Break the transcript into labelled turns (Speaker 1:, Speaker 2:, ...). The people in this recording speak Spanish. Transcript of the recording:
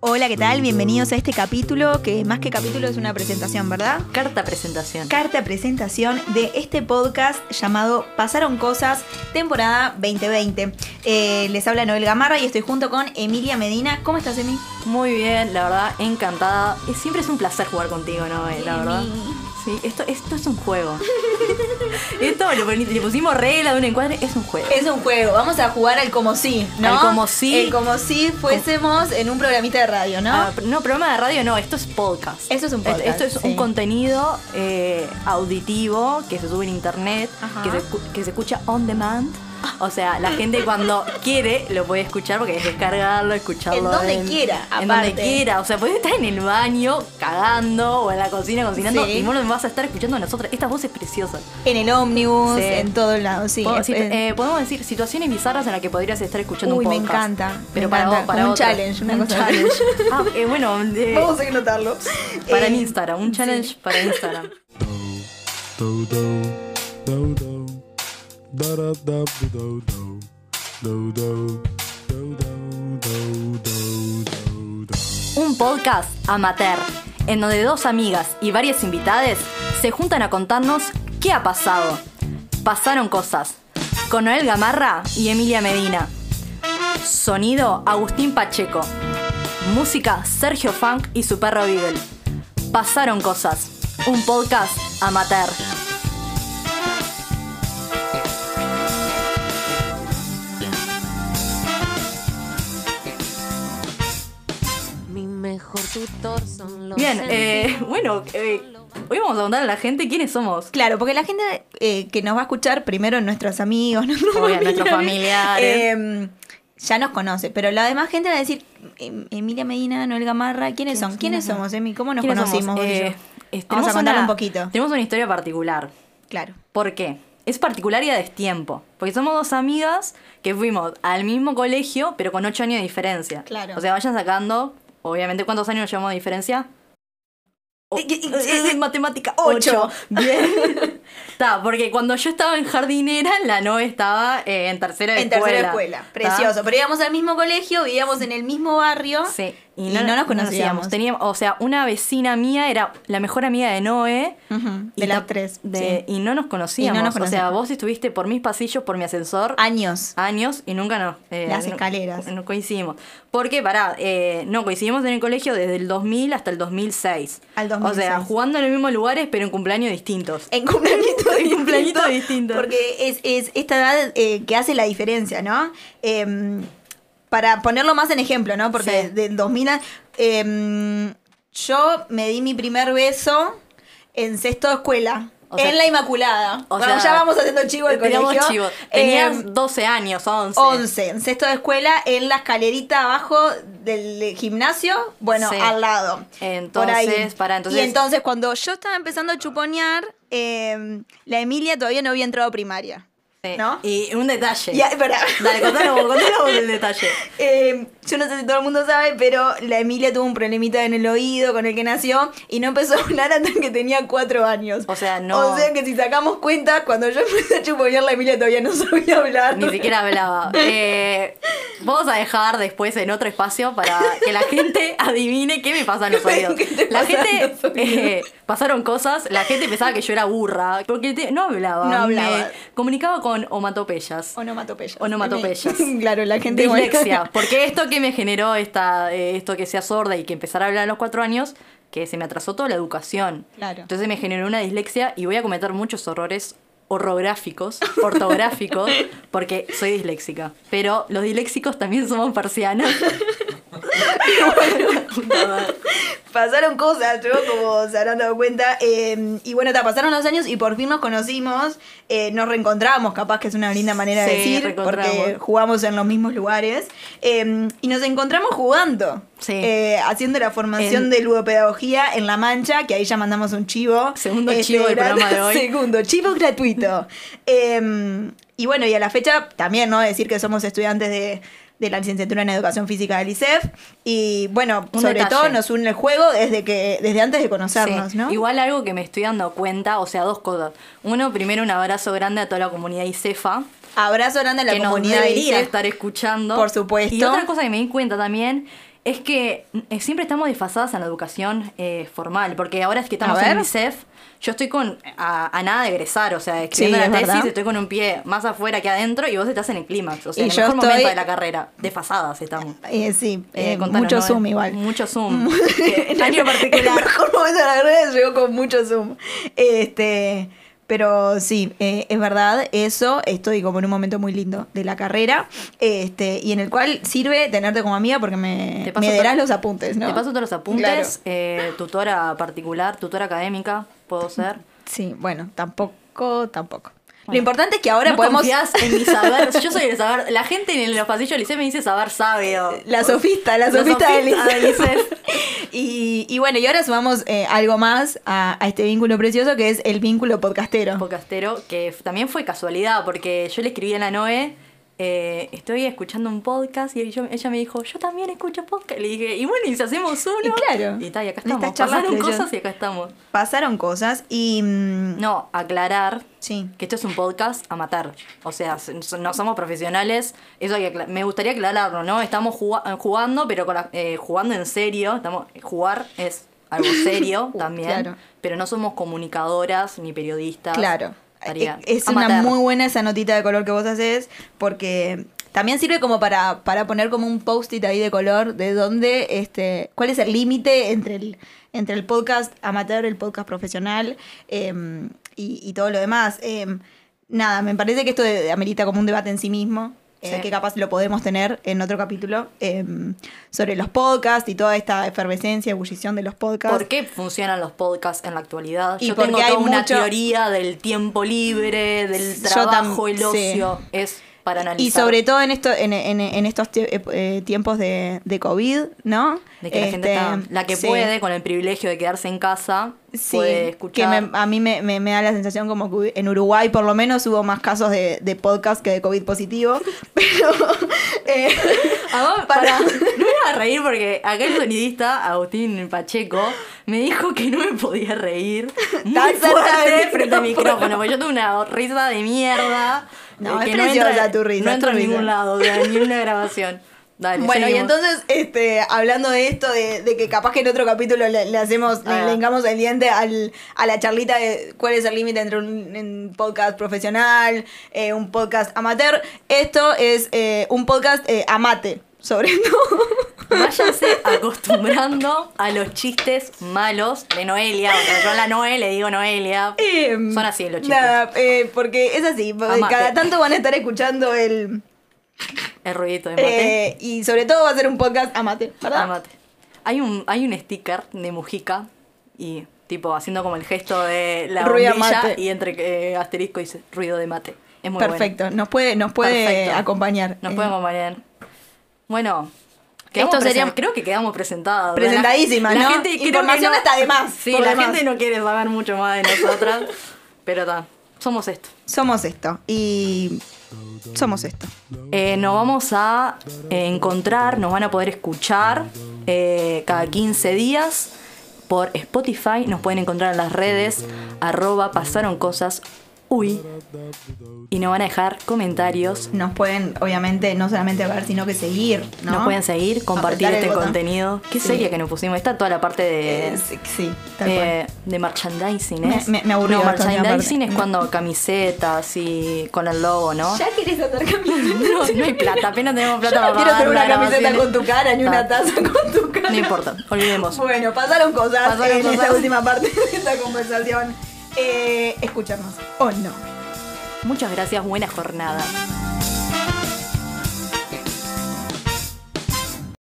Speaker 1: Hola, ¿qué tal? Bienvenidos a este capítulo, que más que capítulo es una presentación, ¿verdad?
Speaker 2: Carta presentación.
Speaker 1: Carta presentación de este podcast llamado Pasaron Cosas, temporada 2020. Eh, les habla Noel Gamarra y estoy junto con Emilia Medina. ¿Cómo estás, Emi?
Speaker 2: Muy bien, la verdad, encantada. Es- Siempre es un placer jugar contigo, Noel, la verdad. Sí, esto, esto es un juego. esto le, poni- le pusimos regla de un encuadre, es un juego.
Speaker 1: Es un juego, vamos a jugar al como si, ¿no?
Speaker 2: Al como si.
Speaker 1: El como si fuésemos en un programita de radio, ¿no?
Speaker 2: Ah, pr- no, programa de radio no, esto es podcast.
Speaker 1: Esto es un podcast,
Speaker 2: Esto es
Speaker 1: sí.
Speaker 2: un contenido eh, auditivo que se sube en internet,
Speaker 1: Ajá. Ah.
Speaker 2: que se, escu- que se escucha on demand. O sea, la gente cuando quiere lo puede escuchar porque es descargarlo, escucharlo.
Speaker 1: En donde quiera,
Speaker 2: En
Speaker 1: aparte.
Speaker 2: donde quiera. O sea, puedes estar en el baño cagando o en la cocina cocinando
Speaker 1: Sí.
Speaker 2: y vos nos vas a estar escuchando a nosotros. Esta voz es preciosa.
Speaker 1: en el ómnibus,
Speaker 2: Sí.
Speaker 1: en todos lados, sí.
Speaker 2: Pod-
Speaker 1: Es-
Speaker 2: situ-
Speaker 1: es-
Speaker 2: eh, podemos decir situaciones bizarras en las que podrías estar escuchando
Speaker 1: Uy,
Speaker 2: un
Speaker 1: me
Speaker 2: podcast.
Speaker 1: encanta,
Speaker 2: Pero
Speaker 1: me
Speaker 2: para
Speaker 1: encanta.
Speaker 2: vos, para
Speaker 1: Un
Speaker 2: otro.
Speaker 1: challenge, una
Speaker 2: Un
Speaker 1: cosa.
Speaker 2: challenge. Ah, eh, bueno, eh,
Speaker 1: a explotarlo.
Speaker 2: para
Speaker 1: Eh,
Speaker 2: en Instagram, un challenge para Instagram. Un podcast amateur, en donde dos amigas y varias invitadas se juntan a contarnos qué ha pasado. Pasaron cosas. Con Noel Gamarra y Emilia Medina. Sonido Agustín Pacheco. Música Sergio Funk y su perro Beagle. Pasaron cosas. Un podcast amateur.
Speaker 3: Mi mejor tutor son los
Speaker 2: Bien, eh, bueno, eh, hoy vamos a contar a la gente quiénes somos.
Speaker 1: Claro, porque la gente eh, que nos va a escuchar primero, nuestros amigos, nuestros
Speaker 2: Obvio, nuestros
Speaker 1: eh, ya nos conoce, pero la demás gente va a decir, "Em- Emilia Medina, Noel Gamarra, ¿quiénes son? ¿Quiénes somos, Emi? ¿Cómo nos
Speaker 2: ¿Quiénes
Speaker 1: conocimos?
Speaker 2: somos?
Speaker 1: vos y yo?
Speaker 2: Eh, es-
Speaker 1: Vamos a
Speaker 2: tenemos
Speaker 1: contar
Speaker 2: una-
Speaker 1: un poquito.
Speaker 2: Tenemos una historia particular.
Speaker 1: Claro.
Speaker 2: ¿Por qué? Es particular y a destiempo. Porque somos dos amigas que fuimos al mismo colegio, pero con ocho años de diferencia.
Speaker 1: Claro.
Speaker 2: O sea, vayan sacando, obviamente, ¿cuántos años nos llevamos de diferencia? O-
Speaker 1: Eh, eh, eh,
Speaker 2: eh, matemática,
Speaker 1: ocho.
Speaker 2: ocho. Bien. Está, porque cuando yo estaba en jardinera, la Noe estaba eh, en tercera de
Speaker 1: En
Speaker 2: escuela.
Speaker 1: tercera escuela,
Speaker 2: ¿Está?
Speaker 1: precioso. Pero íbamos al mismo colegio, vivíamos en el mismo barrio
Speaker 2: Sí,
Speaker 1: y, no, nos conocíamos.
Speaker 2: Teníamos, o sea, una vecina mía era la mejor amiga de Noé.
Speaker 1: Ujú,
Speaker 2: y
Speaker 1: de las
Speaker 2: la-
Speaker 1: tres,
Speaker 2: de-
Speaker 1: sí.
Speaker 2: Y no nos conocíamos.
Speaker 1: nos
Speaker 2: O sea,
Speaker 1: conocíamos.
Speaker 2: vos estuviste por mis pasillos, por mi ascensor,
Speaker 1: Años.
Speaker 2: años y nunca nos. eh,
Speaker 1: Las
Speaker 2: no-
Speaker 1: escaleras.
Speaker 2: No, coincidimos. Porque, pará, eh, no coincidimos en el colegio desde el 2000 hasta el 2006.
Speaker 1: Al
Speaker 2: O sea,
Speaker 1: 2006.
Speaker 2: jugando en los mismos lugares, pero en cumpleaños distintos.
Speaker 1: En cumpleañito
Speaker 2: En
Speaker 1: distinto.
Speaker 2: cumpleañito distinto.
Speaker 1: Porque es, es esta edad eh, que hace la diferencia, ¿no? Em, para ponerlo más en ejemplo, ¿no? Porque
Speaker 2: Sí.
Speaker 1: del 2000... a- em, yo me di mi primer beso en sexto de escuela.
Speaker 2: O sea-
Speaker 1: en la Inmaculada.
Speaker 2: O
Speaker 1: Bueno,
Speaker 2: sea,
Speaker 1: ya vamos haciendo chivo el
Speaker 2: teníamos
Speaker 1: colegio.
Speaker 2: chivo. Tenías
Speaker 1: Em,
Speaker 2: 12 años, 11.
Speaker 1: 11, en sexto de escuela, en la escalerita abajo del gimnasio, bueno,
Speaker 2: Sí.
Speaker 1: al lado.
Speaker 2: Entonces,
Speaker 1: por ahí.
Speaker 2: pará, entonces-
Speaker 1: Y entonces, cuando yo estaba empezando a chuponear, eh, la Emilia todavía no había entrado a primaria.
Speaker 2: Sí.
Speaker 1: ¿no?
Speaker 2: Y un detalle.
Speaker 1: Y- pará.
Speaker 2: Dale, contanos vos, contanos vos el detalle.
Speaker 1: Eh, yo no sé si todo el mundo sabe, pero la Emilia tuvo un problemita en el oído con el que nació y no empezó a hablar hasta que tenía cuatro años.
Speaker 2: O sea, no-
Speaker 1: O sea que si sacamos cuenta, cuando yo empecé a chuponear, la Emilia todavía no sabía hablar.
Speaker 2: Ni siquiera hablaba. Eh, vamos a dejar después en otro espacio para que la gente adivine qué me pasa en los oídos.
Speaker 1: ¿Qué te
Speaker 2: La
Speaker 1: pasa en
Speaker 2: gente
Speaker 1: los oídos?
Speaker 2: eh, pasaron cosas, la gente pensaba que yo era burra, porque te- no hablaba.
Speaker 1: No hablaba.
Speaker 2: me comunicaba con onomatopeyas.
Speaker 1: Onomatopeyas.
Speaker 2: Onomatopeyas.
Speaker 1: claro, la gente...
Speaker 2: Dislexia. Porque esto que me generó esta, eh, esto que sea sorda y que empezar a hablar a los cuatro años, que se me atrasó toda la educación.
Speaker 1: Claro.
Speaker 2: Entonces me generó una dislexia y voy a cometer muchos horrores horrográficos, ortográficos, porque soy disléxica. Pero los disléxicos también somos parcianos.
Speaker 1: Pasaron cosas, yo como se habrán dado cuenta. eh, y bueno, ta, pasaron los años y por fin nos conocimos. eh, nos reencontramos, capaz que es una linda manera
Speaker 2: Sí,
Speaker 1: de decir,
Speaker 2: reencontramos.
Speaker 1: porque jugamos en los mismos lugares. eh, y nos encontramos jugando.
Speaker 2: Sí.
Speaker 1: eh, haciendo la formación
Speaker 2: En-
Speaker 1: de ludopedagogía en La Mancha, que ahí ya mandamos un chivo.
Speaker 2: Segundo chivo del
Speaker 1: gra-
Speaker 2: programa de hoy.
Speaker 1: Segundo, chivo Em, gratuito. Eh, y bueno, y a la fecha también, ¿no? Decir que somos estudiantes de de la licenciatura en Educación Física del ICEF. Y bueno,
Speaker 2: Un
Speaker 1: sobre
Speaker 2: detalle.
Speaker 1: todo nos une el juego desde que desde antes de conocernos,
Speaker 2: Sí.
Speaker 1: ¿no?
Speaker 2: Igual algo que me estoy dando cuenta, o sea, dos cosas. Uno, primero un abrazo grande a toda la comunidad ICEFA.
Speaker 1: Abrazo grande a la
Speaker 2: que
Speaker 1: comunidad
Speaker 2: nos
Speaker 1: de
Speaker 2: debería
Speaker 1: ICEF.
Speaker 2: estar escuchando.
Speaker 1: Por supuesto.
Speaker 2: Y otra cosa que me di cuenta también es que eh, siempre estamos desfasadas en la educación eh, formal, porque ahora es que estamos
Speaker 1: A ver.
Speaker 2: en UNICEF, yo estoy con a, a nada de egresar, o sea, escribiendo
Speaker 1: Sí,
Speaker 2: la
Speaker 1: es
Speaker 2: tesis,
Speaker 1: verdad.
Speaker 2: estoy con un pie más afuera que adentro y vos estás en el clímax, o sea,
Speaker 1: Y
Speaker 2: en el
Speaker 1: yo
Speaker 2: mejor momento
Speaker 1: estoy-
Speaker 2: de la carrera, desfasadas estamos.
Speaker 1: Eh, sí,
Speaker 2: Eh,
Speaker 1: eh,
Speaker 2: contanos,
Speaker 1: mucho
Speaker 2: ¿no?
Speaker 1: Zoom igual.
Speaker 2: Mucho Zoom. Eh,
Speaker 1: en
Speaker 2: Año
Speaker 1: el-
Speaker 2: particular.
Speaker 1: El mejor momento de la carrera llegó con mucho Zoom. Este, pero sí, eh, es verdad, eso, estoy como en un momento muy lindo de la carrera, este, y en el cual sirve tenerte como amiga porque me,
Speaker 2: Te paso
Speaker 1: me darás
Speaker 2: todo-
Speaker 1: los apuntes, ¿no?
Speaker 2: Te paso todos los apuntes,
Speaker 1: Claro.
Speaker 2: eh, tutora particular, tutora académica, puedo ser.
Speaker 1: Sí, bueno, tampoco, tampoco. Lo
Speaker 2: Bueno.
Speaker 1: importante es que ahora
Speaker 2: no
Speaker 1: podemos.
Speaker 2: confías en mi saber. Yo soy el saber. La gente en los pasillos del liceo me dice saber sabio.
Speaker 1: Eh, La sofista, la
Speaker 2: La
Speaker 1: sofista, del
Speaker 2: sofista del
Speaker 1: ICEF.
Speaker 2: ICEF.
Speaker 1: y, y bueno, y ahora sumamos eh, algo más a, a este vínculo precioso que es el vínculo podcastero.
Speaker 2: Podcastero, que f- también fue casualidad, porque yo le escribí a la Noe. eh, estoy escuchando un podcast y yo- ella me dijo, yo también escucho podcast. Le dije, y bueno, y si hacemos uno.
Speaker 1: Y claro.
Speaker 2: Y, ta, y acá
Speaker 1: Estas
Speaker 2: estamos.
Speaker 1: charlas
Speaker 2: Pasaron
Speaker 1: que yo-
Speaker 2: cosas y acá estamos.
Speaker 1: pasaron cosas y mm,
Speaker 2: No, aclarar
Speaker 1: Sí.
Speaker 2: que esto es un podcast amateur. O sea, s- s- no somos profesionales. Eso hay que acla- me gustaría aclararlo, ¿no? Estamos juga- jugando, pero con la- eh, jugando en serio. Estamos, eh, jugar es algo serio también.
Speaker 1: Uh, Claro.
Speaker 2: Pero no somos comunicadoras ni periodistas.
Speaker 1: claro.
Speaker 2: Estaría-
Speaker 1: Eh, Es una
Speaker 2: amateur.
Speaker 1: muy buena esa notita de color que vos haces porque también sirve como para, para poner como un post-it ahí de color de dónde, este, cuál es el límite entre el, entre el podcast amateur, el podcast profesional em, y, y todo lo demás. Em, nada, me parece que esto de- de amerita como un debate en sí mismo. eh,
Speaker 2: Sí.
Speaker 1: que capaz lo podemos tener en otro capítulo em, sobre los podcasts y toda esta efervescencia, ebullición de los podcasts.
Speaker 2: ¿Por qué funcionan los podcasts en la actualidad?
Speaker 1: Y
Speaker 2: Yo
Speaker 1: porque
Speaker 2: tengo
Speaker 1: hay
Speaker 2: toda una
Speaker 1: mucho-
Speaker 2: teoría del tiempo libre, del
Speaker 1: Yo tam-
Speaker 2: trabajo, el
Speaker 1: sí.
Speaker 2: ocio. Es para analizar.
Speaker 1: Y sobre todo en esto, en, en- en estos tie- eh, eh, tiempos de, de COVID, ¿no?
Speaker 2: De que la gente
Speaker 1: Este,
Speaker 2: está- la que
Speaker 1: sí.
Speaker 2: puede, con el privilegio de quedarse en casa,
Speaker 1: Sí,
Speaker 2: puede escuchar.
Speaker 1: que me- a mí me, me- me da la sensación como que en Uruguay por lo menos hubo más casos de, de podcast que de COVID positivo, pero eh,
Speaker 2: Ah, va, para. No me iba a reír porque acá el sonidista, Agustín Pacheco, me dijo que no me podía reír muy
Speaker 1: Tan cerca
Speaker 2: fuerte
Speaker 1: del
Speaker 2: frente al micrófono,
Speaker 1: micrófono.
Speaker 2: porque yo tengo una risa de mierda.
Speaker 1: No,
Speaker 2: eh,
Speaker 1: es
Speaker 2: que
Speaker 1: preciosa
Speaker 2: entra-
Speaker 1: tu risa,
Speaker 2: No entra
Speaker 1: tu
Speaker 2: en
Speaker 1: risa.
Speaker 2: ningún lado, o sea, ni en una grabación. Dale,
Speaker 1: bueno, y
Speaker 2: seguimos.
Speaker 1: entonces, este, hablando de esto, de, de que capaz que en otro capítulo le, le hacemos,
Speaker 2: Ah.
Speaker 1: le, le hincamos el diente al, a la charlita de cuál es el límite entre un, un podcast profesional, eh, un podcast amateur. Esto es eh, un podcast eh, amate, sobre todo.
Speaker 2: Váyanse acostumbrando a los chistes malos de Noelia. O sea, yo a la Noe le digo Noelia.
Speaker 1: Em,
Speaker 2: Son así los chistes.
Speaker 1: Nada, eh, porque es así, porque
Speaker 2: Amate.
Speaker 1: cada tanto van a estar escuchando el...
Speaker 2: El ruidito de mate.
Speaker 1: eh, y sobre todo va a ser un podcast amate, ¿verdad?
Speaker 2: Amate. Hay un, hay un sticker de Mujica y tipo haciendo como el gesto de la
Speaker 1: Ruido
Speaker 2: bombilla
Speaker 1: mate.
Speaker 2: y entre eh, asterisco dice ruido de mate. Es muy bueno.
Speaker 1: Perfecto, nos puede, nos puede
Speaker 2: Perfecto.
Speaker 1: acompañar.
Speaker 2: Nos
Speaker 1: Eh,
Speaker 2: puede acompañar. Bueno,
Speaker 1: Esto
Speaker 2: esto
Speaker 1: sería-
Speaker 2: sería, creo que quedamos presentadas.
Speaker 1: Presentadísimas,
Speaker 2: la,
Speaker 1: ¿no?
Speaker 2: La gente creo que
Speaker 1: Información
Speaker 2: no-
Speaker 1: está de más,
Speaker 2: Sí,
Speaker 1: por
Speaker 2: la
Speaker 1: demás.
Speaker 2: gente no quiere saber mucho más de nosotras, pero ta, somos esto.
Speaker 1: Somos esto y somos esto.
Speaker 2: Eh, nos vamos a eh, encontrar, nos van a poder escuchar eh, cada 15 días por Spotify. Nos pueden encontrar en las redes arroba pasaron cosas uy. Y nos van a dejar comentarios.
Speaker 1: Nos pueden, obviamente, no solamente ver, sino que seguir, ¿no?
Speaker 2: Nos pueden seguir, compartir
Speaker 1: Apretar el
Speaker 2: este
Speaker 1: botón.
Speaker 2: contenido. Qué
Speaker 1: Sí.
Speaker 2: seria que nos pusimos. Está toda la parte de,
Speaker 1: Eh, sí, sí, tal
Speaker 2: eh, de merchandising. ¿eh?
Speaker 1: Me- me- me aburrió
Speaker 2: No,
Speaker 1: esta última
Speaker 2: merchandising
Speaker 1: parte.
Speaker 2: es cuando camisetas y con el logo, ¿no?
Speaker 1: cual. Ya querés hacer camiseta.
Speaker 2: No, no hay plata, apenas tenemos plata
Speaker 1: Yo no
Speaker 2: para
Speaker 1: quiero
Speaker 2: pagar
Speaker 1: hacer una
Speaker 2: las
Speaker 1: camiseta
Speaker 2: grabaciones.
Speaker 1: con tu cara ni una
Speaker 2: Ta.
Speaker 1: taza con tu cara.
Speaker 2: No importa, olvidemos.
Speaker 1: Bueno, pasaron cosas
Speaker 2: Pasaron
Speaker 1: en esta
Speaker 2: cosas.
Speaker 1: última parte de esta conversación. Eh, escúchanos. Oh no.
Speaker 2: Muchas gracias, buena jornada.